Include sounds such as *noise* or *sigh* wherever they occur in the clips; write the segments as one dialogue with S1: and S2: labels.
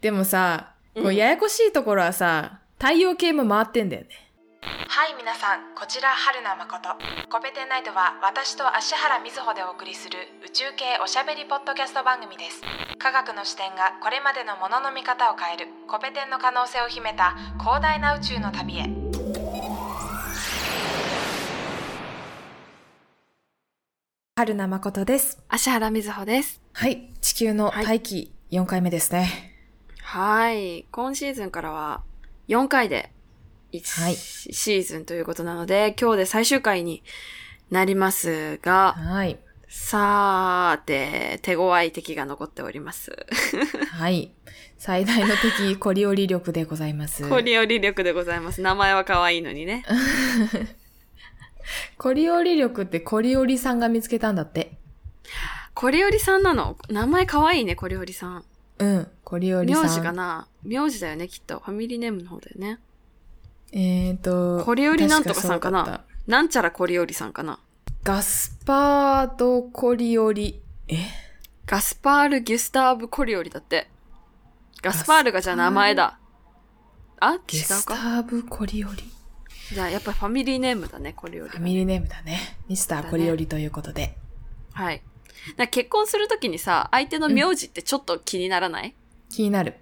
S1: でもさ、こ
S2: う
S1: うんややこしいところはさ、太陽系も回ってんだよね。
S3: はい皆さんこちら春名誠コペテンナイトは私と芦原瑞穂でお送りする宇宙系おしゃべりポッドキャスト番組です科学の視点がこれまでのものの見方を変えるコペテンの可能性を秘めた広大な宇宙の旅へ春名誠です
S2: 芦原瑞穂です。
S3: はい地球の
S2: はい
S3: 大気4回目ですね、
S2: はい。今シーズンからは4回で1、
S3: はい
S2: シーズンということなので、今日で最終回になりますが、
S3: はい
S2: さーて、手強い敵が残っております。
S3: はい最大の敵コリオリ力でございます
S2: コリオリ力でございます。名前は可愛いのにね。
S3: コリオリ力ってコリオリさんが見つけたんだって
S2: コリオリさんなの名前可愛いね、コリオリさん。
S3: うん、コリオリさん。
S2: 名字かな名字だよね、きっと。ファミリーネームの方だよね。
S3: えっ、ー、と、
S2: コリオリなんとかさんかな
S3: 確そうだっ
S2: なんちゃらコリオリさんかな
S3: たガスパード・コリオリ。え
S2: ガスパール・ギュスターブ・コリオリだって。ガスパールがじゃあ名前だ。あ違
S3: ゲス
S2: う
S3: タ
S2: か
S3: ーブ・コリオリ。
S2: じゃあやっぱりファミリーネームだね、コリオリ
S3: ファ。ミリーネームだね。ミスタ
S2: だ
S3: ー・
S2: ね
S3: コリオリということで。
S2: はい。なんか結婚するときにさ、相手の名字ってちょっと気にならない、
S3: 気になる。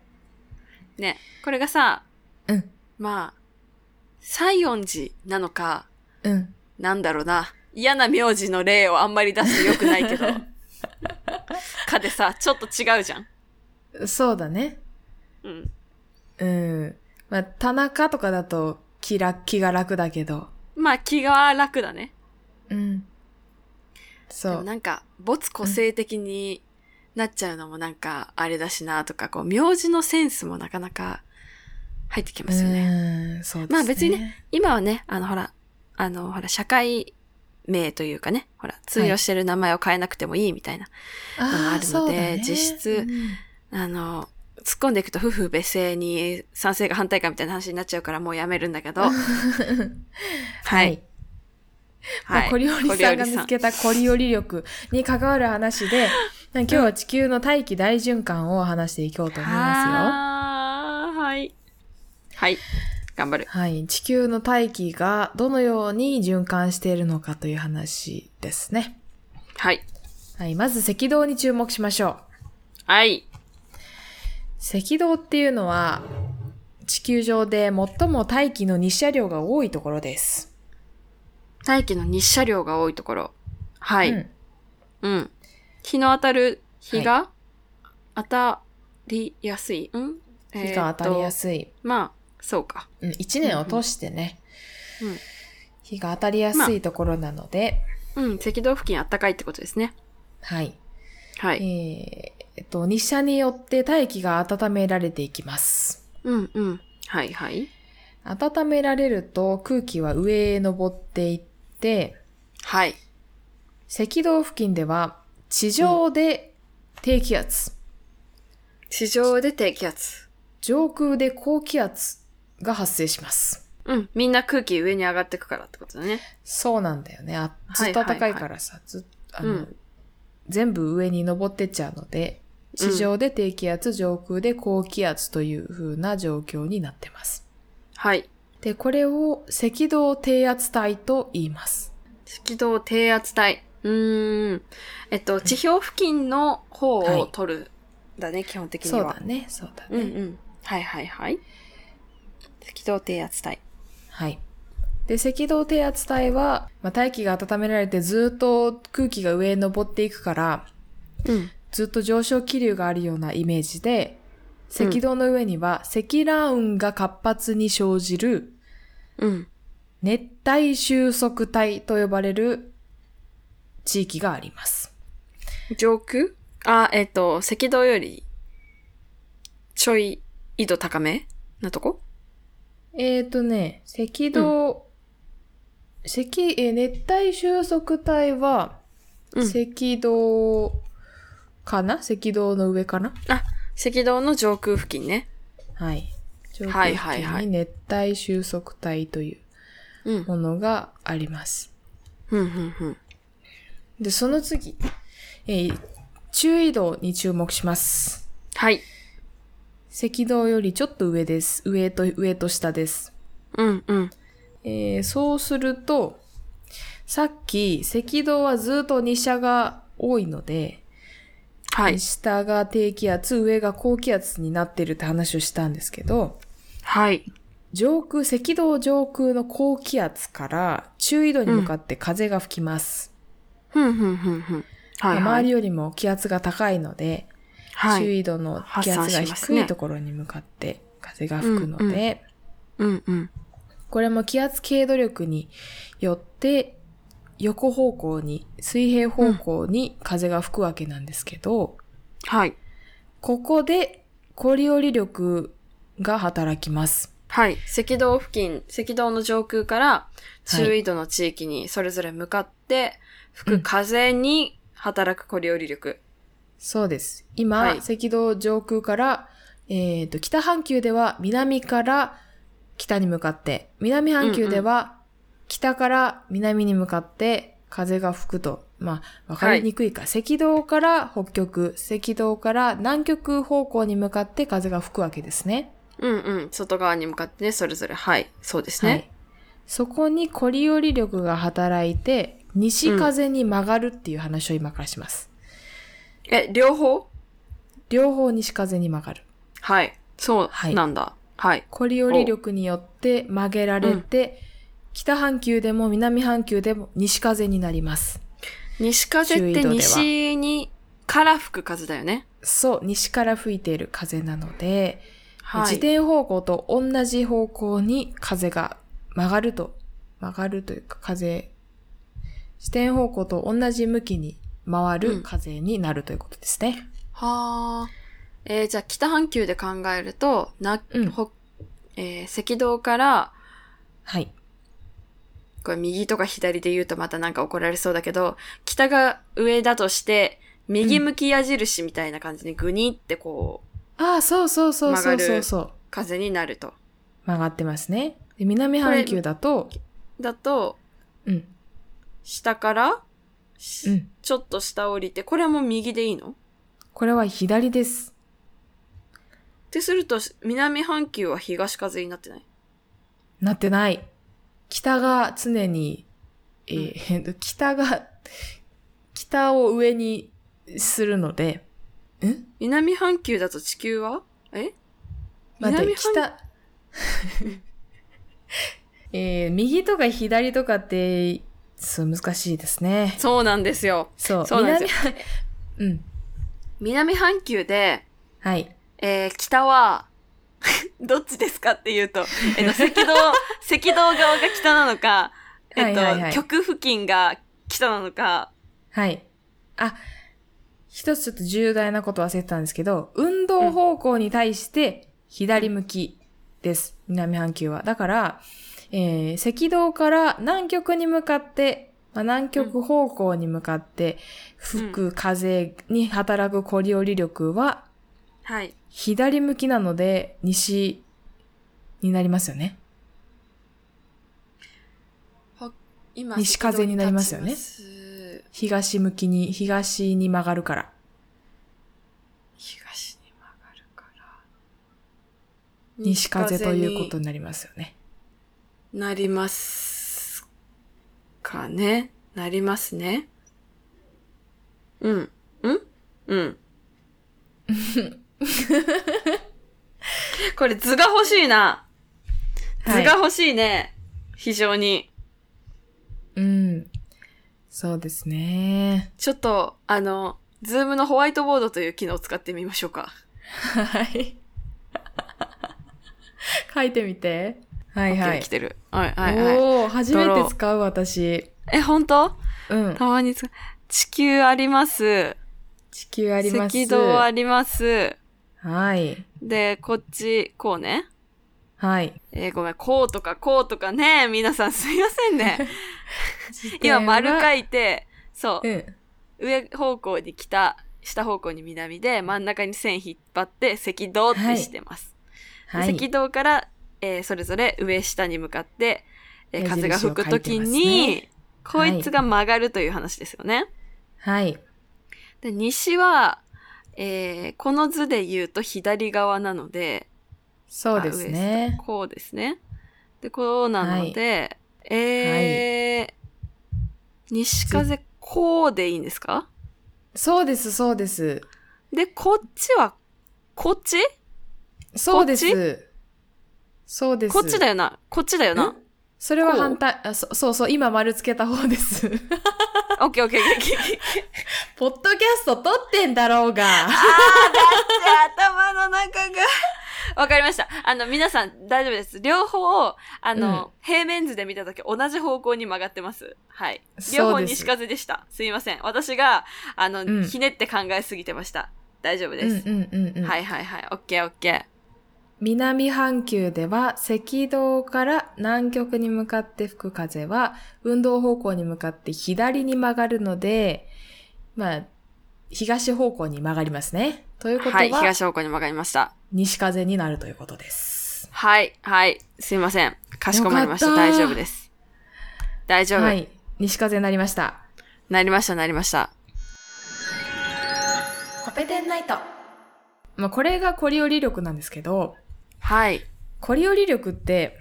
S2: ね。これがさ、
S3: うん。
S2: まあ、西音寺なのか、
S3: うん。
S2: なんだろうな。嫌な名字の例をあんまり出してよくな
S3: *laughs*
S2: いけど。かでさ、ちょっと違うじゃん。
S3: そうだね。
S2: うん。
S3: うん。まあ、田中とかだと気ら、気が楽だけど。
S2: まあ気が楽だね。
S3: うん。
S2: で
S3: そ
S2: も
S3: う。
S2: なんか、没個性的になっちゃうのもなんか、あれだしなとか、こう、名字のセンスもなかなか入ってきますよね。
S3: うん、そうですね。
S2: まあ別に今はね、あの、ほら、あの、ほら、社会名というかね、ほら、通用してる名前を変えなくてもいいみたいな。
S3: あー、
S2: あるので
S3: そうだね
S2: 実
S3: う
S2: 質
S3: ん
S2: あの、突っ込んでいくと夫婦別姓に賛成か反対かみたいな話になっちゃうからもうやめるん
S3: *laughs*
S2: だけど。はい。
S3: はい。まあコリオリさんが
S2: コリ
S3: 見つけたコリオリ力に関わる話で、今日は地球の大気大循環を話していこうと思いますよ。
S2: あーはい。はい。頑張る。
S3: はい。地球の大気がどのように循環しているのかという話ですね。
S2: はい。
S3: はい。まず赤道に注目しましょ
S2: はい。
S3: う。赤道っていうのは、地球上で最も大気の日射量が多いところです。
S2: 大気の日射量が多いところ。はい。う。
S3: うんん
S2: 日の当たる日が当たりやすい。うん
S3: 日が当たりや
S2: い。
S3: すい。
S2: まあ、そうか。
S3: うん、1年を通してね、
S2: うんうん
S3: 日が当たりやすいところなので、
S2: うん。赤道付近暖かいってことですね。
S3: はい。
S2: はい。
S3: えーえっと、日射によって大気が温められていきます。
S2: うんうん。はいはい。
S3: 温められると空気は上へ上っていって、
S2: はい。
S3: 赤道付近では地上で低気圧、
S2: 地上で低気圧。
S3: 上空で高気圧が発生します。
S2: うん。みんな空気上に上がってくからってことだね。
S3: そうなんだよね。あ
S2: は
S3: ず
S2: い
S3: っと暖かいからさ、ずっと、あの、
S2: うん
S3: 全部上に上ってっちゃうので、地上で低気圧、上空で高気圧という風な状況になってます。
S2: はい。
S3: で、これを赤道低圧帯と言います。
S2: 赤道低圧帯。うーん。えっと、地表付近の方を取る。だね、基本的には。
S3: そうだね、そうだ
S2: うん
S3: ね。
S2: うん。はいはいはい。赤道低圧帯。
S3: はい。で、赤道低圧帯は、まあ、大気が温められてずっと空気が上へ登っていくから、
S2: うん。
S3: ずっと上昇気流があるようなイメージで、赤道の上には積乱雲が活発に生じる
S2: うん。
S3: 熱帯収束帯と呼ばれる地域があります。
S2: 上空あ、えっ、と、赤道より、ちょい、緯度高めなとこ
S3: えーとね、赤道、赤、えー熱帯収束帯は、
S2: うん
S3: 赤道かな赤道の上かな
S2: 赤道の上空付近ね。
S3: はい。上
S2: は
S3: 空
S2: いはい
S3: 付
S2: は
S3: 近
S2: い
S3: に熱帯収束帯という
S2: うん。
S3: ものがあります。
S2: うん、うん、うん。
S3: で、その次、えー中緯度に注目します。
S2: はい。
S3: 赤道よりちょっと上です。上と上と下です。
S2: うんうん。
S3: えーそうすると、さっき赤道はずっと日射が多いので、
S2: はい。
S3: 下が低気圧、上が高気圧になってるって話をしたんですけど、
S2: はい。
S3: 上空、赤道上空の高気圧から中緯度に向かって風が吹きます。
S2: ふんふんふんふん。はい、
S3: まあ
S2: は
S3: 周り
S2: い。
S3: よりも気圧が高いので、
S2: は
S3: 中
S2: い。
S3: 緯度の気
S2: 発散
S3: 圧が
S2: します
S3: 低い
S2: ね
S3: ところに向かって風が吹くので、
S2: うんうんうん。
S3: これも気圧経度力によって横方向に、水平方向に風が吹くわけなんですけど、
S2: はい。
S3: ここでコリオリ力が働きます。
S2: はい。赤道付近、赤道の上空から中緯度の地域にそれぞれ向かって吹く風に働くコリオリ力。
S3: そうです。今、
S2: はい
S3: 赤道上空から、えっ、と、北半球では南から北に向かって、南半球では北から南に向かって風が吹くと。まあ、わかりにくいか、赤道から北極、赤道から南極方向に向かって風が吹くわけですね。
S2: うんうん。外側に向かってね、それぞれ。はい。そうですね。
S3: はい。そこにコリオリ力が働いて、西風に曲がるっていう話を今からします。
S2: え、両方
S3: 両方西風に曲がる。
S2: はい。そ
S3: はいう
S2: なんだ。はい。
S3: コリオリ力によって曲げられて、北半球でも南半球でも西風になります。
S2: 西風っ
S3: 中緯
S2: て
S3: 度では
S2: 西にから吹く風だよね。
S3: そう、西から吹いている風なので、
S2: は
S3: 自
S2: い。
S3: 転方向と同じ方向に風が曲がると、曲がるというか風、自転方向と同じ向きに回る風になるということですね。
S2: はあ。えーじゃあ北半球で考えると、な、
S3: うん
S2: ほえー赤道から、
S3: はい。
S2: これ右とか左で言うとまたなんか怒られそうだけど、北が上だとして、右向き矢印みたいな感じにグニってこう、
S3: ああ、そうそうそうそう
S2: 曲が
S3: そう
S2: る
S3: そう。
S2: 風になると。
S3: 曲がってますね。で南半球だと、
S2: だと、
S3: うん、
S2: 下から、し
S3: うん。
S2: ちょっと下降りて、これも右でいいのっ
S3: これは左です。
S2: てすると、南半球は東風になってない
S3: なってない。北が常に、えーえっと北が、北を上にするので、ん
S2: 南半球だと地球は
S3: 待っ
S2: え
S3: て、
S2: 南半
S3: 北。 *laughs* えー右とか左とかって、そう、難しいですね。
S2: そうなんですよ。
S3: そう、
S2: そうなんです
S3: よ。南半うん。
S2: 南半球で、
S3: はい。
S2: えー北は、 *laughs* どっちですかっていうと、えっと、 *laughs* 赤道、赤道側が北なのか、えっと、
S3: はいはいはい
S2: 極付近が北なのか、
S3: はい。あ、一つちょっと重大なこと忘れてたんですけど、運動方向に対して左向きです。南半球は。だから、えー赤道から南極に向かって、まあ、南極方向に向かって吹く風に働くコリオリ力は
S2: はい。
S3: 左向きなので西になりますよね。
S2: 今
S3: 西風になりますよね
S2: 赤道に立ちます
S3: 東向きに、東に曲がるから。
S2: 東に曲がるから。
S3: 西風ということ
S2: に
S3: になりますよね。
S2: なりますかね。なりますね。うん。うんうん。 *laughs* これ図が欲しいな。図
S3: はい
S2: が欲しいね。非常に。
S3: うん。そうですね。
S2: ちょっと、あの、ズームのホワイトボードという機能を使ってみましょうか。 *laughs*
S3: はい。書いてみて。はいはい。
S2: 来てる。はいはいはい。
S3: おお、初めて使う私。
S2: え、本当
S3: うん。
S2: たまに使う。地球あります。
S3: 地球あります。
S2: 赤道あります。
S3: はい。
S2: で、こっち、こうね。
S3: はい。
S2: えーごめん、こうとかこうとかね、皆さんすいませ
S3: *laughs*
S2: んね。 *laughs* 今、丸書
S3: い。
S2: いて、そ
S3: うん。
S2: う、上方向に北、下方向に南で、真ん中に線引っ張って、赤道っ
S3: はい
S2: てしてます。で
S3: はい。
S2: 赤道から、えーそれぞれ上下に向かって、えー
S3: 矢
S2: 風が
S3: 印を
S2: 吹くとき
S3: 書い
S2: に、こ
S3: はい
S2: いつが曲がるという話ですよね。
S3: はい。
S2: で西は、えーこの図で言うと左側なので、
S3: そうです
S2: あウエス
S3: ね
S2: ト。こうですね。で、こうなので、えー西風こうでいいんですか
S3: そうです、そうです。
S2: で、こっちは、こっち
S3: そうです。そうです。
S2: こっちだよな。こっちだよな。
S3: それは
S2: こう
S3: 反対、あそそうそう、今丸つけた方です。 *laughs*
S2: オッケーオッケーオッケーオッケー。
S3: ポッドキャスト撮ってんだろうが。
S2: *laughs* あー、だって頭の中が。 *laughs* わかりました。あの、皆さん大丈夫です。両方を、あの、平面図で見たとき同じ方向に曲がってます。はい。
S3: そ
S2: 両方
S3: うです
S2: 西風でした。すいません。私が、あの、
S3: うん
S2: ひねって考えすぎてました。大丈夫
S3: うん
S2: で
S3: う
S2: す。
S3: んうんうん。
S2: はいはいはい。オッケーオッケー。
S3: 南半球では赤道から南極に向かって吹く風は運動方向に向かって左に曲がるので、まあ、東方向に曲がりますね。ということは、
S2: はい。東方向に曲がりました。
S3: 西風になるということです。
S2: はい。はい。すいません。かしこまりました。
S3: よかっ
S2: 大
S3: た
S2: 丈夫です。大丈夫。
S3: はい。西風になりました。
S2: なりました、なりました。
S4: コペテンナイト
S3: まあ、これがコリオリ力なんですけど、
S2: はい。
S3: コリオリ力って、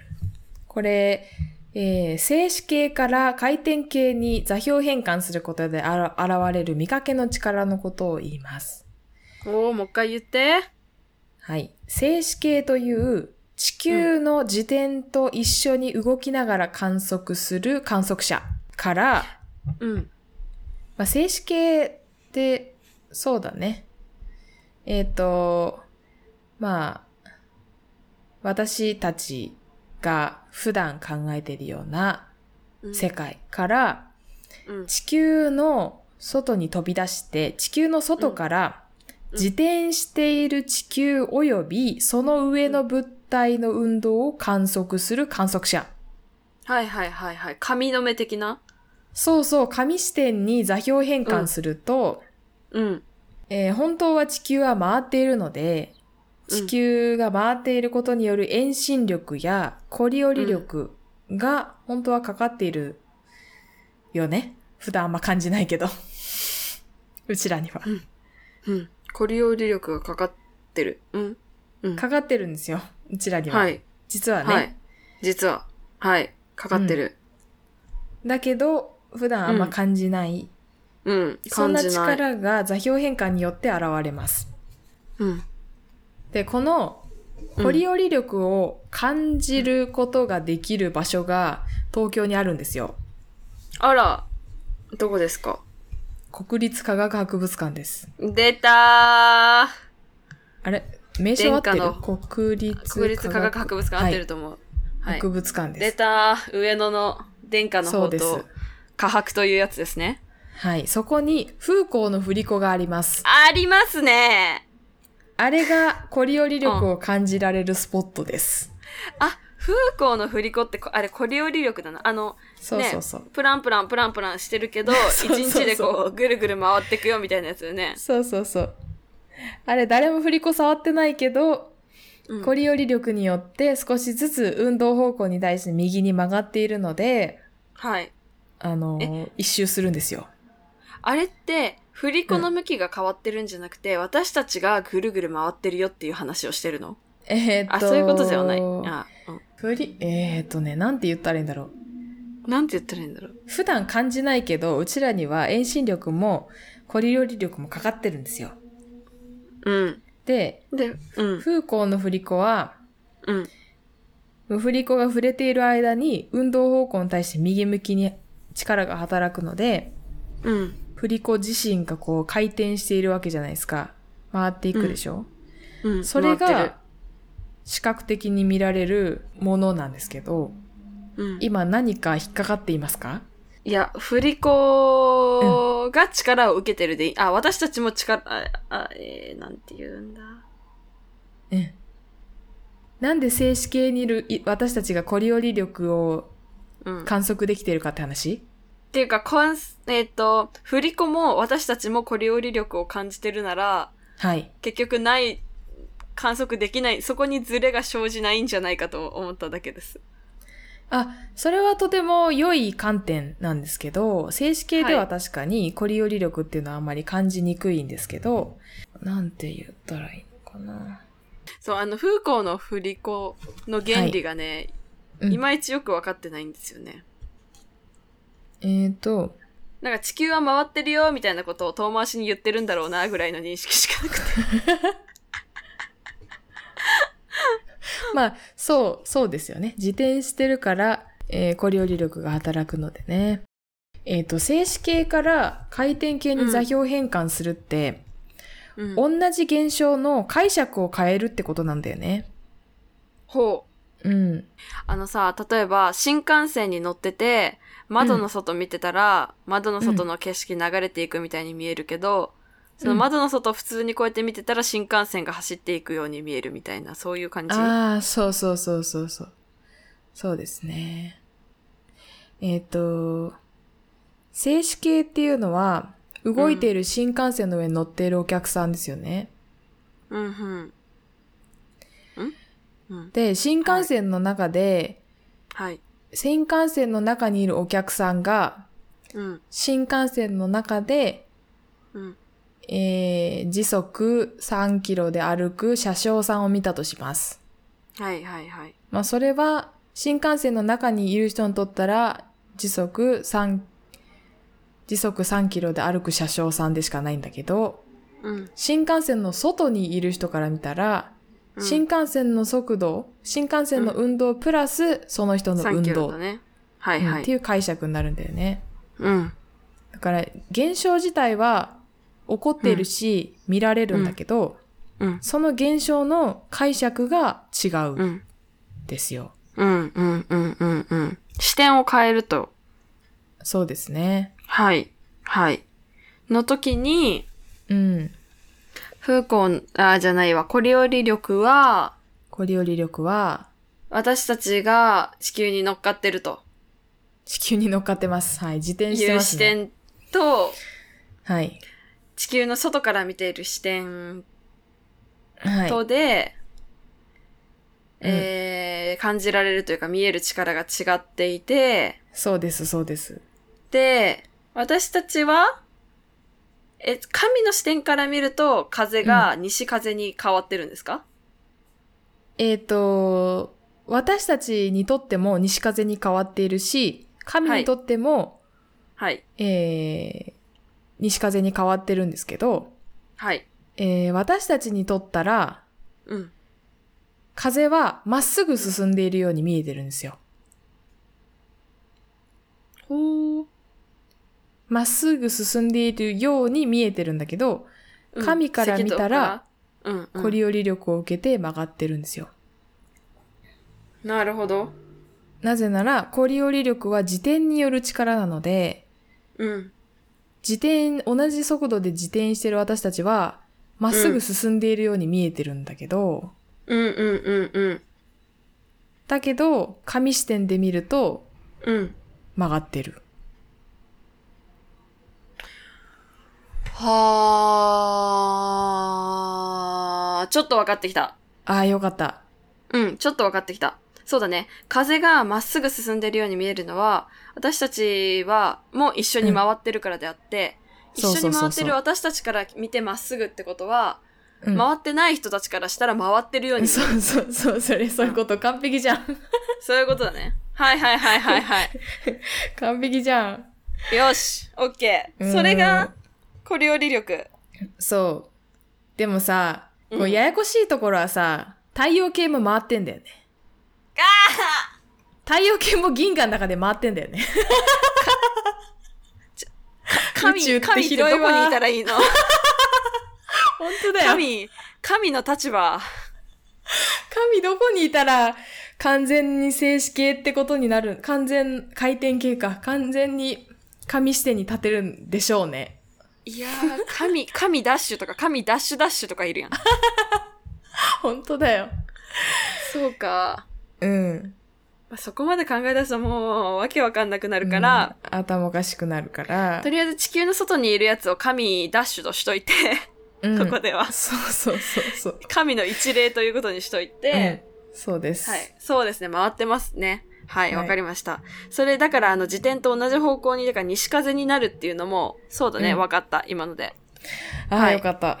S3: これ、えー静止形から回転形に座標変換することであら現れる見かけの力のことを言います。
S2: おー、もう一回言って。
S3: はい。静止形という地球の自転と一緒に動きながら観測する観測者から、
S2: うん。
S3: まあ、静止形って、そうだね。えっ、と、まあ、私たちが普段考えているような
S2: うん
S3: 世界から、
S2: うん。
S3: 地球の外に飛び出して、地球の外から
S2: うん
S3: 自転している地球及びその上の物体の運動を観測する観測者。
S2: はいはいはいはい。髪の目的な
S3: そうそう、紙視点に座標変換すると、
S2: うん。
S3: えー本当は地球は回っているので、
S2: うん
S3: 地球が回っていることによる遠心力やコリオリ力が本当はかかっているよね。普段あんま感じないけど。 *laughs* うちらには。
S2: うん。コリオリ力がかかってる。うん。うん。
S3: かかってるんですよ。うちらには。
S2: はい。
S3: 実はね、
S2: はい。実は。はい。かかってる。
S3: だけど、普段あんま感じない。
S2: うん。
S3: そん
S2: 感
S3: な
S2: じない。
S3: 力が座標変換によって現れます。
S2: うん。
S3: で、この
S2: うん
S3: コリオリ力を感じることができる場所が東京にあるんですよ。
S2: あら。どこですか
S3: 国立科学博物館です。
S2: 出たー。
S3: あれ名称合ってる
S2: 殿下
S3: 国立科学
S2: 国立科学博物館合ってると思う。はい。
S3: 博物館
S2: 出
S3: です。
S2: たー。上野の殿下の
S3: そ
S2: 方
S3: うです。
S2: と、科博というやつですね。
S3: はい。そこに風光の振り子があります。
S2: ありますね
S3: あれがコリオリ力を感じられるスポットです。
S2: あ、風光の振り子ってこ、あれ、コリオリ力だな。あの、
S3: そうそうそう。
S2: プランプランプランプランしてるけど、
S3: *laughs* そ
S2: 一
S3: うそうそう
S2: 日でこう、ぐるぐる回ってくよみたいなやつよね。
S3: そうそうそう。あれ、誰も振り子触ってないけど、
S2: うん
S3: コリオリ力によって少しずつ運動方向に対して右に曲がっているので、
S2: はい。
S3: あのー一周するんですよ。
S2: あれって、振り子の向きが変わってるんじゃなくて、私たちがぐるぐる回ってるよっていう話をしてるの。
S3: えーっと
S2: あ、そういうことではない。あ、うん
S3: 振り、えーっとね、なんて言ったらいいんだろう。
S2: なんて言ったらいいんだろう。
S3: 普段感じないけど、うちらには遠心力もコリオリ力もかかってるんですよ。
S2: うん。
S3: で、
S2: で、うん。
S3: 風光の振り子は、
S2: うん。
S3: 振り子が触れている間に運動方向に対して右向きに力が働くので、
S2: うん。
S3: 振り子自身がこう回転しているわけじゃないですか。回っていくでしょ、
S2: うん。
S3: それ
S2: 回って
S3: が視覚的に見られるものなんですけど、
S2: る、うん、
S3: 今何か引っかかっていますか
S2: いや、振り子が力を受けてるでいい。あ、私たちも力、あ、あえー、なんて言うんだ。
S3: うん。なんで静止形にいるい私たちがコリオリ力を
S2: うん。っ
S3: 観測できているかって話
S2: ていうか、こんえっ、と、振り子も私たちもコリオリ力を感じてるなら、
S3: はい。
S2: 結局ない、観測できない、そこにズレが生じないんじゃないかと思っただけです。
S3: あ、それはとても良い観点なんですけど、静止形では
S2: は
S3: い確かにコリオリ力っていうのはあんまり感じにくいんですけど、なんて言ったらいいのかな。
S2: そう、あの、フーコーの振り子の原理がね、
S3: うん
S2: いまいちよく分かってないんですよね。
S3: えっ、と、
S2: なんか地球は回ってるよみたいなことを遠回しに言ってるんだろうなぐらいの認識しかなくて。 *laughs*
S3: まあ、そう、そうですよね。自転してるから、えー、コリオリ力が働くのでね。えっ、と、静止形から回転形に座標変換するって、
S2: うん
S3: 同じ現象の解釈を変えるってことなんだよね。
S2: ほう。
S3: うん。
S2: あのさ、例えば新幹線に乗ってて、窓の外見てたら、窓の外の景色流れていくみたいに見えるけど、その窓の外普通にこうやって見てたら新幹線が走っていくように見えるみたいな、そういう感じ。
S3: ああ、そうそうそうそうそう。そうですね。えっ、と、静止形っていうのは、動いている新幹線の上に乗っているお客さんですよね。
S2: うんうん。んうん。
S3: で、新幹線の中で、
S2: はい。
S3: 新幹線の中にいるお客さんが、
S2: うん。
S3: 新幹線の中で、
S2: うん。
S3: えー、時速3キロで歩く車掌さんを見たとします。
S2: はいはいはい。
S3: まあ、それは、新幹線の中にいる人にとったら、時速3、時速3キロで歩く車掌さんでしかないんだけど、
S2: うん。
S3: 新幹線の外にいる人から見たら、
S2: うん
S3: 新幹線の速度、新幹線の運動プラス、その人の
S2: 3
S3: 運
S2: キロ
S3: 動、
S2: だね。は
S3: う
S2: い
S3: ん
S2: は
S3: って
S2: い。
S3: いう解釈になるんだよね。
S2: うん。
S3: だから、現象自体は起こっているし、見られるんだけど、
S2: うん。
S3: その現象の解釈が違う
S2: うんん。
S3: ですよ。
S2: うん、うん、うん、うん、うん。視点を変えると。
S3: そうですね。
S2: はい。はい。の時に、
S3: うん。
S2: フーコー、あ、じゃないわ、コリオリ力は、
S3: コリオリ力は、
S2: 私たちが地球に乗っかってると
S3: 地球に乗っかってます。はい。自
S2: い
S3: 転して
S2: う
S3: ま
S2: 視
S3: す、ね。
S2: 点と、
S3: はい。
S2: 地球の外から見ている視点
S3: はい。
S2: とで、
S3: うん
S2: えー感じられるというか見える力が違っていて、
S3: そうです、そうです。
S2: で、私たちは、え、神の視点から見ると風が西風に変わってるんですか、
S3: えっ、と、私たちにとっても西風に変わっているし、神にとっても、
S2: はい。
S3: えー西風に変わってるんですけど、
S2: はい。
S3: えー私たちにとったら、
S2: うん。
S3: 風はまっすぐ進んでいるように見えてるんですよ。
S2: ほう。
S3: まっすぐ進んでいるように見えてるんだけど、神から見たら、
S2: うん、う
S3: コ
S2: ん。
S3: リオリ力を受けて曲がってるんですよ。
S2: なるほど。
S3: なぜなら、コリオリ力は自転による力なので、
S2: うん。
S3: 自転、同じ速度で自転してる私たちは、まっすぐ進んでいるように見えてるんだけど、
S2: うんうんうんうん。
S3: だけど、紙視点で見ると
S2: うん。
S3: 曲がってる。
S2: はあ。ちょっと分かってきた。
S3: ああ、よかった。
S2: うん、ちょっと分かってきた。そうだね。風がまっすぐ進んでるように見えるのは、私たちはもう一緒に回ってるからであって、
S3: うん
S2: 一緒に
S3: そうそう
S2: 回っ
S3: そ
S2: て
S3: うそ
S2: る
S3: う
S2: 私たちから見てまっすぐってことは、
S3: うん、
S2: 回ってない人たちからしたら回ってるように見える
S3: *laughs* そうそうそう、それ、そういうこと、完璧じゃん。
S2: そういうことだね。はいはいはいはいはい。 *laughs*
S3: 完璧じゃん。
S2: よし、オッケ
S3: う
S2: ー。
S3: ん
S2: それが、コリオリ力。
S3: そう。でもさ、こ
S2: う
S3: うんややこしいところはさ、太陽系も回ってんだよね。太陽系も銀河の中で回ってんだよね。
S2: *laughs* 神、
S3: 宇宙って
S2: 神って
S3: 広
S2: ど
S3: いわ
S2: こにいたらい *laughs* いの
S3: 本当だよ。神、
S2: 神、神の立場。
S3: 神どこにいたら、完全に静止形ってことになる。完全、回転系か。完全に、神視点に立てるんでしょうね。
S2: いや *laughs* ー、神、神ダッシュとか、神ダッシュダッシュとかいるやん。
S3: 本当だよ。
S2: そうか。
S3: うん。
S2: まあ、そこまで考え出すともう、わけわかんなくなるから、
S3: うん、頭おかしくなるから
S2: と、りあえず地球の外にいるやつを神ダッシュとしといて、
S3: うん
S2: ここでは。
S3: そうそうそうそう、
S2: 神の一例ということにしといて、
S3: うんそうです、
S2: はい。そうですね。回ってますね。はい、
S3: はい
S2: わ、かりました。それ、だから、あの、自転と同じ方向に、だから西風になるっていうのも、そうだね、
S3: うん
S2: わ、かった、今ので。
S3: ああ、
S2: はい
S3: よかった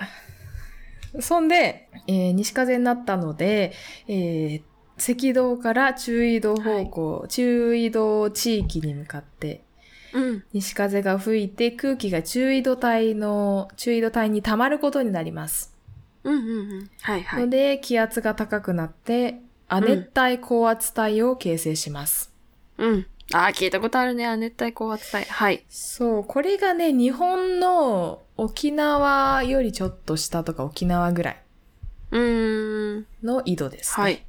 S3: そんで、えー西風になったので、えー赤道から中緯道方向、中緯道地域に向かって、
S2: うん。
S3: 西風が吹いて空気が中緯度帯の、中緯度帯に溜まることになります。
S2: うんうんうん。はいは
S3: の
S2: い。
S3: で、気圧が高くなって、亜熱帯高圧帯を形成します。
S2: うん。ああ、聞いたことあるね。亜熱帯高圧帯。はい。
S3: そう、これがね、日本の沖縄よりちょっと下とか沖縄ぐらいう
S2: ーん。
S3: の緯度です、ね。
S2: はい。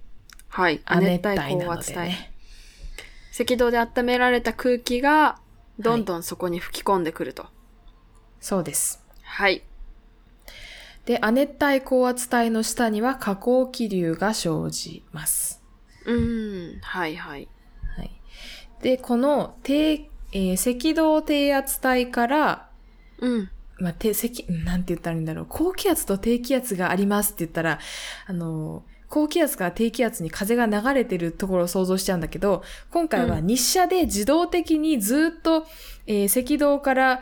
S2: はい。亜
S3: 亜
S2: 熱
S3: 熱
S2: 帯
S3: 帯
S2: 高
S3: なの
S2: 圧
S3: で
S2: 帯。
S3: ね。
S2: 赤道で温められた空気が、どんどんそこに吹き込んでくると。
S3: そうです。
S2: はい。
S3: で、亜熱帯高圧帯の下には下降気流が生じます。
S2: うーん。はいはい。
S3: はい、で、この低、えー赤道低圧帯から、
S2: うん。
S3: まあ、低赤、なんて言ったらいいんだろう。高気圧と低気圧がありますって言ったら、あのー、高気圧から低気圧に風が流れてるところを想像しちゃうんだけど、今回は
S2: う
S3: 日射で自動的にずっと、えー赤道から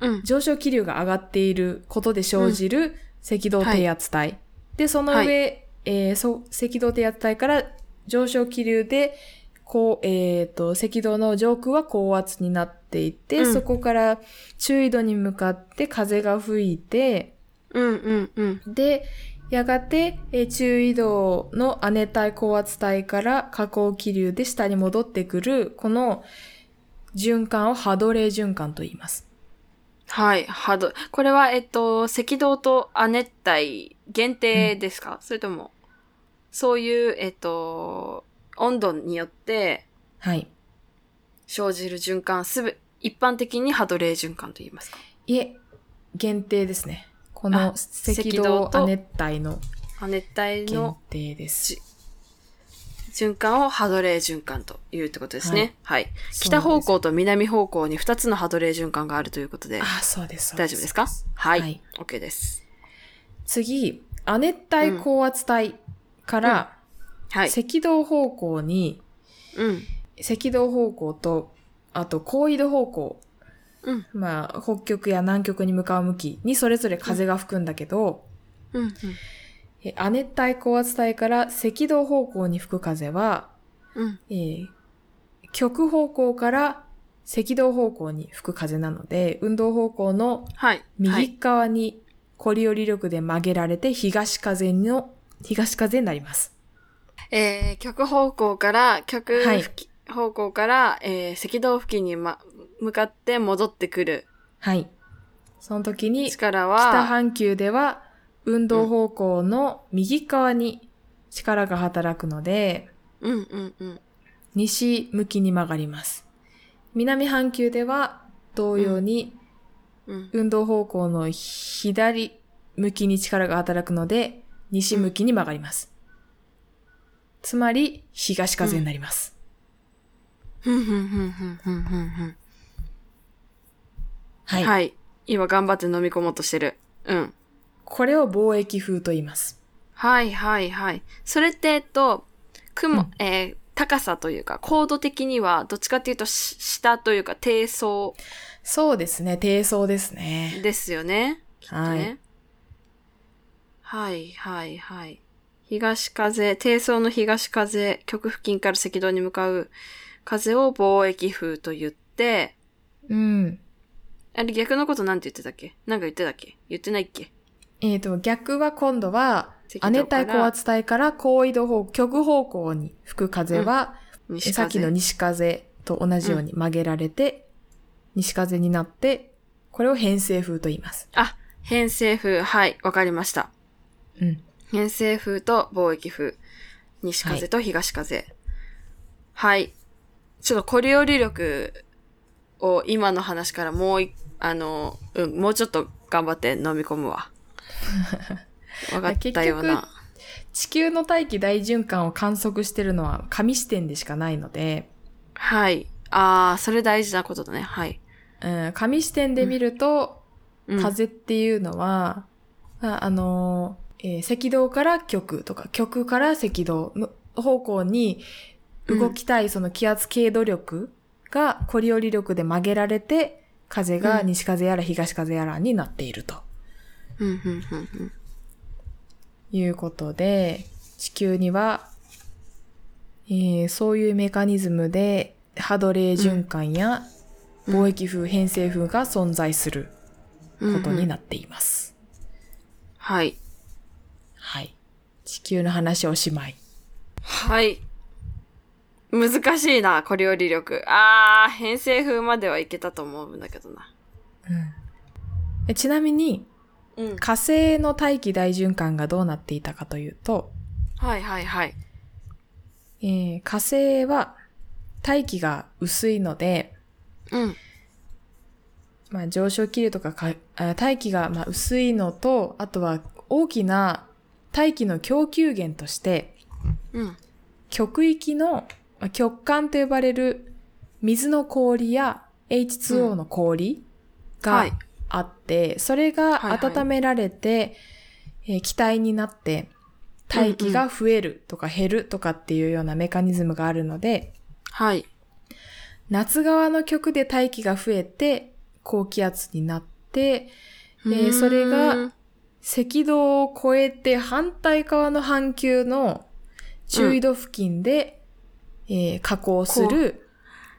S2: うん。
S3: 上昇気流が上がっていることで生じる赤道低圧帯。で、その上、
S2: はい
S3: えーそう赤道低圧帯から上昇気流で、こう、えっ、と、赤道の上空は高圧になっていて、
S2: うん
S3: そこから中緯度に向かって風が吹いて、
S2: うんうんうん。
S3: で、やがて、えー中緯度の亜熱帯高圧帯から下降気流で下に戻ってくる、この循環をハドレー循環と言います。
S2: はい。ハド。これは、えっと、赤道と亜熱帯限定ですか、それとも、そういう、えっと、温度によって
S3: はい。
S2: 生じる循環、すべ、一般的にハドレー循環と言いますか
S3: いえ、限定ですね。こ
S2: あ
S3: の赤
S2: 道
S3: 道
S2: と
S3: 亜熱帯の
S2: 亜熱帯
S3: 限
S2: の
S3: 定です。
S2: 循環をハドレー循環というってことですね。はい。
S3: そうな
S2: 北
S3: んです
S2: 方向と南方向に2つのハドレー循環があるということで、
S3: あ、そうです。そう
S2: 大丈夫ですかはい、
S3: はい
S2: OK です。
S3: 次、亜熱帯高圧帯から、
S2: はい。
S3: 赤道方向に、
S2: うん。
S3: 赤道方向と、あと高緯度方向、
S2: うん。
S3: まあ、北極や南極に向かう向きにそれぞれ風が吹くんだけど、
S2: うん。うん
S3: え亜熱帯高圧帯から赤道方向に吹く風は、
S2: うん。
S3: えー極方向から赤道方向に吹く風なので、運動方向の
S2: はい。は
S3: 右
S2: い。
S3: 側にコリオリ力で曲げられて東風の、東風になります。
S2: えー、極方向から、極
S3: はい
S2: 吹き方向から、えー、赤道付近に、ま、向かって戻ってくる
S3: はい。その時に、北
S2: 力は、
S3: 半球では運動方向の右側に力が働くので、
S2: うんうんうん。
S3: 西向きに曲がります。南半球では同様に
S2: うん。
S3: 運動方向の左向きに力が働くので、西向きに曲がります。つまり、東風になります。
S2: ふんふんふんふんふんふんふん。
S3: はい、
S2: はい。今頑張って飲み込もうとしてる。うん。
S3: これを貿易風と言います。
S2: はいはいはい。それって、えっと、雲、
S3: うん
S2: えー高さというか、高度的には、どっちかっていうとし、下というか、低層
S3: そうですね、低層ですね。
S2: ですよね。
S3: はい。
S2: ねはいはいはい。東風、低層の東風、極付近から赤道に向かう風を貿易風と言って、
S3: うん。
S2: あれ逆のことなんて言ってたっけなんか言ってたっけ言ってないっけ
S3: えっ、と、逆は今度は、亜
S2: 赤道
S3: 熱
S2: から
S3: 帯高圧帯から高緯度方、極方向に吹く風は、え
S2: 西
S3: さっきの
S2: 風。
S3: 西風と同じように曲げられて、西風になって、これを偏西風と言います。
S2: あ、偏西風。はい、わかりました。
S3: うん。
S2: 偏西風と貿易風。西風と東風。はい。ちょっとコリオリ力を今の話からもうい、あの、うん、もうちょっと頑張って飲み込
S3: *laughs*
S2: むわ。わかったような。
S3: 地球の大気大循環を観測してるのは紙視点でしかないので、
S2: はい。ああ、それ大事なことだね。はい。
S3: うん、紙視点で見ると、
S2: うん、
S3: 風っていうのは、ああのーえー赤道から極とか極から赤道の方向に動きたいその気圧経度力がコリオリ力で曲げられて、風が西風やら東風やらになっていると。
S2: うん、うん、うん、うん。
S3: いうことで、地球には、えーそういうメカニズムでハドレー循環や
S2: うん
S3: 貿易風、偏西風が存在することにな
S2: っ
S3: っています。
S2: はい。
S3: はい。地球の話おしまい。
S2: はい。難しいな、小料理力。あー、偏西風まではいけたと思うんだけどな。
S3: えちなみに、
S2: うん。
S3: 火星の大気大循環がどうなっていたかというと、
S2: はいはいはい。
S3: えー火星は大気が薄いので、
S2: うん。
S3: まあ、上昇気流とかかあ大気がまあ薄いのと、あとは大きな大気の供給源として、
S2: うん。
S3: 極域のまあ極寒と呼ばれる水の氷や H2O の氷が
S2: はい。
S3: あって、それが
S2: はいはい
S3: 温められて、えー気体になって大気が増えるとか減るとかっていうようなメカニズムがあるので、
S2: はい。
S3: 夏側の極で大気が増えて高気圧になって、
S2: え
S3: ーそれが、赤道を越えて反対側の半球の10度付近で、えー下降する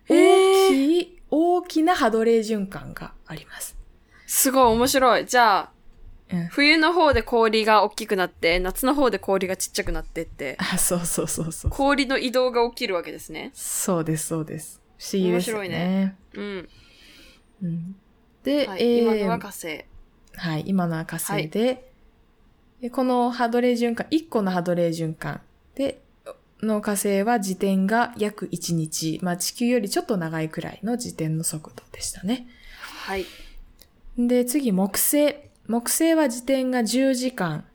S2: え
S3: 大
S2: ー、
S3: きい、大きなハドレー循環があります。
S2: すごい面白い。じゃあ、
S3: うん
S2: 冬の方で氷が大きくなって、夏の方で氷がちっちゃくなってって、
S3: あ、そうそうそうそう。
S2: 氷の移動が起きるわけですね。
S3: そうです、そうです。不思議ですよね。
S2: 面白いねうん。
S3: うん、で、
S2: は
S3: え
S2: い、今
S3: ー
S2: のは火星。
S3: はい、今の赤星で、でこのハドレー循環、1個のハドレー循環で、の火星は時点が約1日、まあ地球よりちょっと長いくらいの時点の速度でしたね。
S2: はい。
S3: で、次、木星。木星は時点が10時間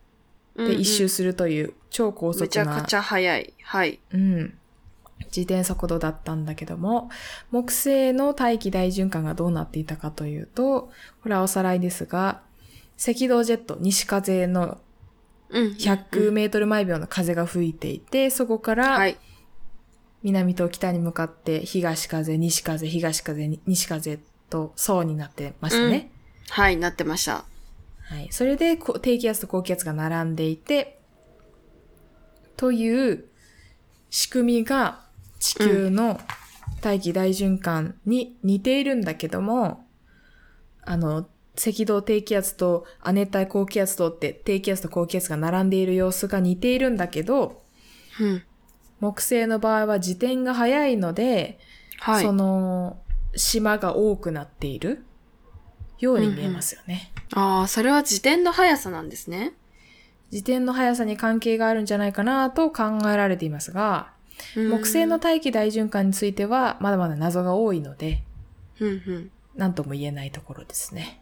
S2: うん
S3: で一周
S2: うん
S3: するという超高速な、
S2: めちゃくちゃ早い。はい。
S3: うん、自転速度だったんだけども、木星の大気大循環がどうなっていたかというと、これはおさらいですが、赤道ジェット、西風の
S2: うん。
S3: 100メートル毎秒の風が吹いていて、そこか
S2: は
S3: ら
S2: い。
S3: 南と北に向かって東風、西風、東風、に西風と層になってましたね。
S2: はい、なってました。
S3: はい。それでこう低気圧と高気圧が並んでいて、という仕組みが地球の大気大循環に似ているんだけども、あの、赤道低気圧と亜熱帯高気圧とって低気圧と高気圧が並んでいる様子が似ているんだけど、
S2: うん。
S3: 木星の場合は自転が早いので、
S2: はい
S3: そ。の島が多くなっているように見えますよね。
S2: ああ、それは自転の速さなんですね。
S3: 自転の速さに関係があるんじゃないかなと考えられていますが、
S2: うん
S3: 木星の、大気大循環についてはまだまだ謎が多いので、
S2: うんうん。
S3: 何とも言えないところですね。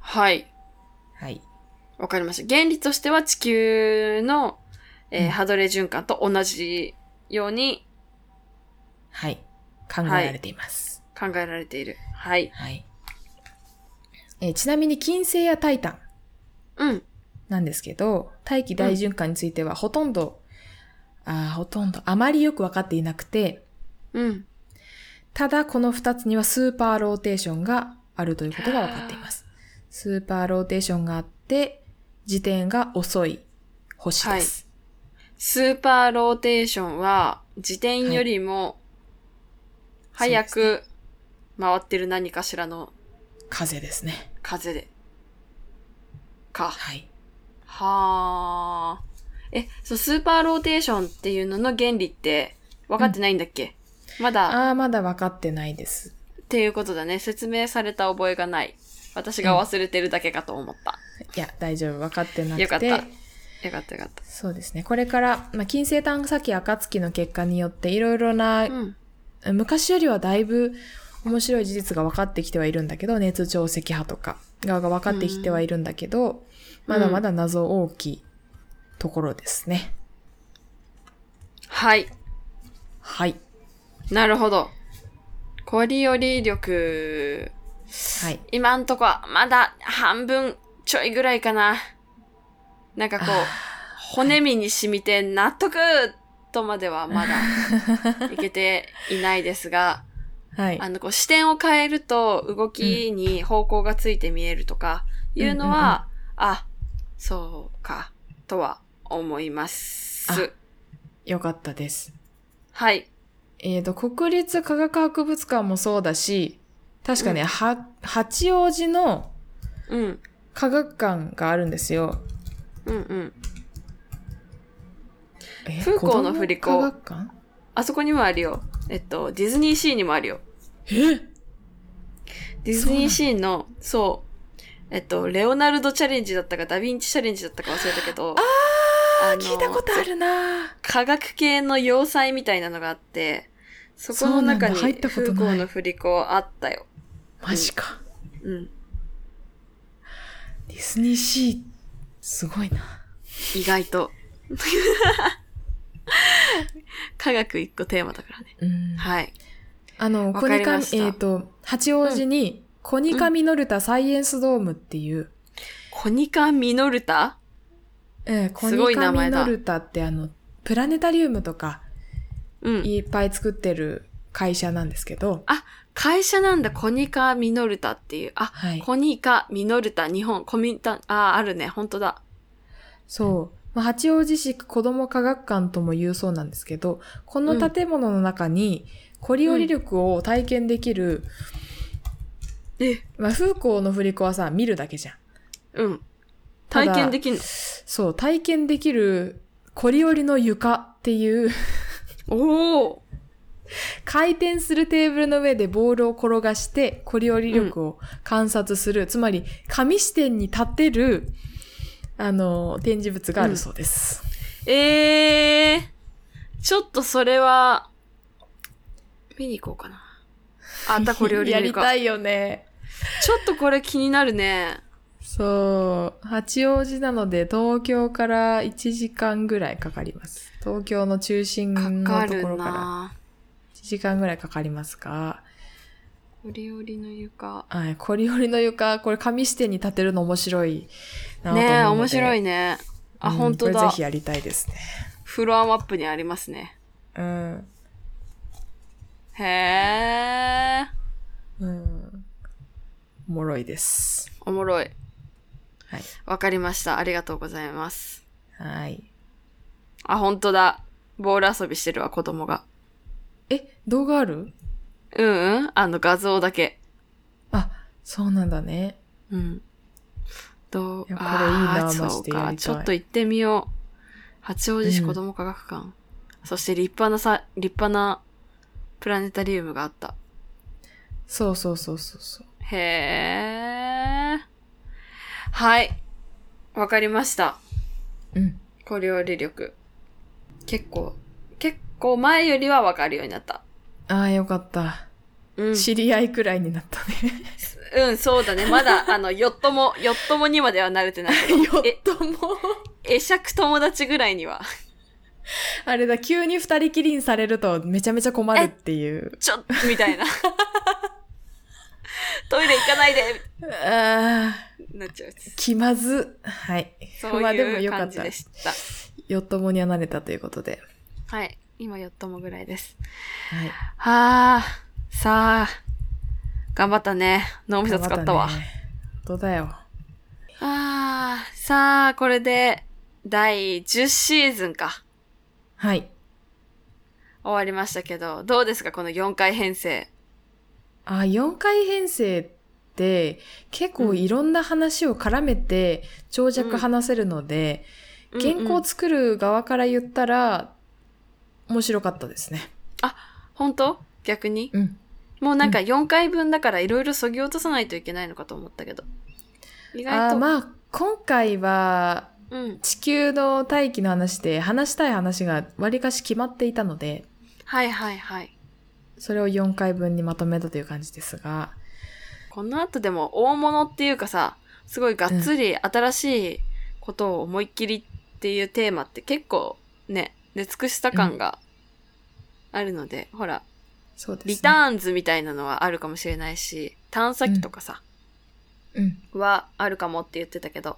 S2: はい。
S3: はい。
S2: わかりました。原理としては地球の、えー
S3: うん
S2: ハドレー循環と同じように
S3: はい。考えられています。
S2: 考えられている。はい。
S3: はい。えーちなみに金星やタイタン
S2: うん。
S3: なんですけど、大気大循環についてはほとんど、あーほとんど、あまりよくわかっていなくて、
S2: うん。
S3: ただこの2つにはスーパーローテーションがあるということが分かっています。スーパーローテーションがあって、時点が遅い星です。
S2: スーパーローテーションは、自転よりも、
S3: はい
S2: 早く回ってる何かしらの
S3: 風ですね。
S2: 風で。か。
S3: はい。
S2: はあ。え、そう、スーパーローテーションっていうのの原理って分かってないんだっけ、まだ、っ
S3: ああ、まだ分かってないです。
S2: ていうことだね。説明された覚えがない。私が忘れてるだけかと思った。
S3: いや、大丈夫。分かってなくて。
S2: よかった。よかったよかった。
S3: そうですね。これから、まあ、金星探査機暁の結果によって、いろいろな、
S2: うん。
S3: 昔よりはだいぶ面白い事実が分かってきてはいるんだけど、熱潮石波とか側が分かってきてはいるんだけど、まだまだ謎大きいところですね。
S2: はい。
S3: はい。
S2: なるほど。コリオリ力。
S3: はい。
S2: 今んとこはまだ半分ちょいぐらいかな。なんかこう、骨身に染みて納得とまではまだいけていないですが、
S3: はい。
S2: あの、こう視点を変えると動きに方向がついて見えるとかいうのは、あ、そうか。とは思います。
S3: よかったです。
S2: はい。
S3: えっ、と、国立科学博物館もそうだし、確かね、
S2: うん
S3: は、八王子の
S2: うん。
S3: 科学館があるんですよ。
S2: うんうん。
S3: え
S2: 風光の振り
S3: 子
S2: 子
S3: 供科学館
S2: あそこにもあるよ。えっと、ディズニーシーにもあるよ。
S3: え
S2: ディズニーシーの、そう、えっと、レオナルドチャレンジだったか、ダヴィンチチャレンジだったか忘れたけど、あ
S3: あ
S2: の
S3: 聞いたことあるな
S2: 科学系の要塞みたいなのがあって、そこ
S3: そ
S2: の
S3: うなんだ
S2: 中に
S3: 入ったことな
S2: 風
S3: い
S2: 光の振り子あったよ。
S3: マジか。
S2: うん。
S3: ディズニーシー、すごいな。
S2: 意外と。 *laughs* 科学一個テーマだからね。
S3: うん
S2: はい。
S3: あの、
S2: わ
S3: コ
S2: か
S3: ニ
S2: り
S3: カ
S2: ま
S3: ミ
S2: し、た
S3: えっ、と、八王子に、コニカミノルタサイエンスドームっていう、
S2: コニカミノルタ
S3: えーコ
S2: すご
S3: ニ
S2: い
S3: カ
S2: 名
S3: ミ
S2: 前だ
S3: ノルタってあの、プラネタリウムとか
S2: うん。
S3: いっぱい作ってる会社なんですけど、
S2: 会社なんだ、コニカミノルタっていう。あ、
S3: はい。
S2: コニカミノルタ、日本、コミタ、あ、あるね、本当だ。
S3: そう。まあ、八王子市子ども科学館とも言うそうなんですけど、この建物の中に、コリオリ力を体験できる、
S2: え、
S3: まあ、風光の振り子はさ、見るだけじゃん。
S2: うん。
S3: た
S2: 体
S3: だ
S2: 験できんの
S3: そう、体験できる、コリオリの床っていう、
S2: おお
S3: 回転するテーブルの上でボールを転がして、コリオリ力を観察する、つまり、紙視点に立てる、あの、展示物があるそうです。
S2: ええー、ちょっとそれは、見に行こうかな。あんたこれより
S3: *laughs* や
S2: や
S3: り
S2: るか。
S3: たいよね。
S2: ちょっとこれ気になるね。
S3: そう。八王子なので、東京から1時間ぐらいかかります。東京の中心
S2: かか
S3: のと
S2: る
S3: ころから
S2: な
S3: 1時間ぐらいかかりますが、
S2: コリオリの床。
S3: はい、コリオリの床、これ紙視点に立てるの面白いなと思うので。
S2: ねえ、面白い
S3: ね。
S2: ね。あ、
S3: うん
S2: 本当
S3: これ
S2: だ
S3: ぜひ。やりたいですね。
S2: フロアマップにありますね。
S3: うん。
S2: へえ。
S3: うん。おもろいです。
S2: おもろい。
S3: はい。
S2: わかりました。ありがとうございます。
S3: はい。
S2: あ、本当だ。ボール遊びしてるわ、子供が。
S3: え、動画ある
S2: うんうん。あの、画像だけ。
S3: あ、そうなんだね。
S2: うん。どう
S3: いやこれいい
S2: あ
S3: な
S2: あー
S3: マ
S2: そ
S3: ジで
S2: う
S3: やりた
S2: か。
S3: い
S2: ちょっと行ってみよう。八王子市
S3: うん
S2: 子ども科学館。そして立派なさ、立派なプラネタリウムがあった。
S3: そうそうそうそうそう。
S2: へえ。はい。わかりました。
S3: うん。
S2: 小料理力。結構、結構前よりはわかるようになった。
S3: ああ、よかった。
S2: うん。
S3: 知り合いくらいになったね。
S2: うん、そうだね。まだ、
S3: *laughs*
S2: あの、よっとも、よっともにまでは慣れてないけど。
S3: よ
S2: え
S3: っ、とも。
S2: 会釈友達ぐらいには。
S3: あれだ、急に二人きりにされるとめちゃめちゃ困るっていう。
S2: ちょっと、みたいな。 *laughs* トイレ行かないで
S3: ああ、
S2: なっちゃうやつ。
S3: 気まず。はい。
S2: そう
S3: まあでも
S2: い
S3: よ
S2: う
S3: か
S2: 感
S3: っ
S2: じ
S3: た
S2: で。した。
S3: よっともにはなれたということで。
S2: はい。今、よっともぐらいです。
S3: はい。
S2: はあ、さあ、頑張ったね。脳みそ使ったわ。
S3: 頑張ね本当だよ。
S2: ああ、さあ、これで、第10シーズンか。
S3: はい。
S2: 終わりましたけど、どうですかこの4回編成。
S3: あ、4回編成って結構いろんな話を絡めて長尺話せるので、原
S2: うんう
S3: 稿
S2: ん
S3: 作る側から言ったら面白かったですね。
S2: 本当逆に
S3: うん。
S2: もうなんか4回分だからいろいろそぎ落とさないといけないのかと思ったけど。意外
S3: あ
S2: と。
S3: まあ、今回は
S2: うん。
S3: 地球の大気の話で話したい話がわりかし決まっていたので、
S2: はいはいはい。
S3: それを4回分にまとめたという感じですが、
S2: この後でも大物っていうかさ、すごいがっつり新しいことを思いっきりっていうテーマって結構ね、出尽くした感があるので、ほら、
S3: そうですね。
S2: リターンズみたいなのはあるかもしれないし、探査機とかさ、
S3: うん。
S2: はあるかもって言ってたけど、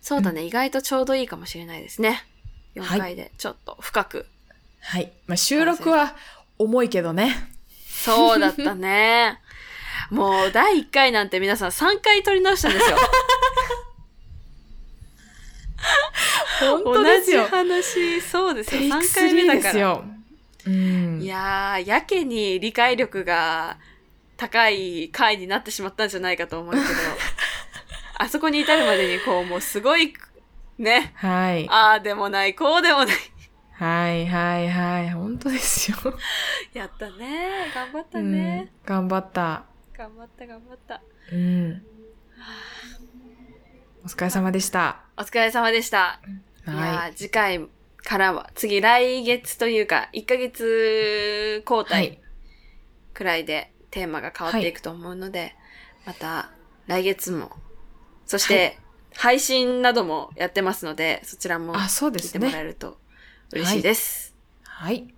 S2: そうだね、意外とちょうどいいかもしれないですね。4
S3: はい
S2: 回で、ちょっと深く。
S3: はい。まあ、収録は重いけどね。
S2: そうだっ
S3: *laughs*
S2: たね。もう、第1回なんて皆さん3回撮り直したんですよ。
S3: 本
S2: *laughs* 同
S3: 当です
S2: じ
S3: よ。
S2: 話、 *laughs* そうですよ。
S3: テイク
S2: 3回目
S3: 3
S2: だ
S3: で
S2: か
S3: す
S2: ら。
S3: よ。うん
S2: い。やー、やけに理解力が高い回になってしまったんじゃないかと思うけ
S3: *laughs*
S2: ど、あそこに至るまでにこう、もうすごい、ね、
S3: はい。
S2: ああでもない、こうでもない。
S3: はいはいはい。本当ですよ。
S2: やったね頑張っ
S3: う
S2: た
S3: ん
S2: ね、、
S3: 頑張った。
S2: 頑張った、頑張った。
S3: うん。お疲れ様でした。
S2: お疲れ様でした。い
S3: は
S2: や
S3: い。
S2: ー次回からは、次来月というか、1ヶ月交
S3: は
S2: 代
S3: い。
S2: くらいでテーマが変わっていくと思うので、また来月も、そして配信などもやってますので、そちらも
S3: あ、そうで
S2: 聞い
S3: す
S2: てもらえ
S3: ね。
S2: ると嬉しいです。
S3: はい。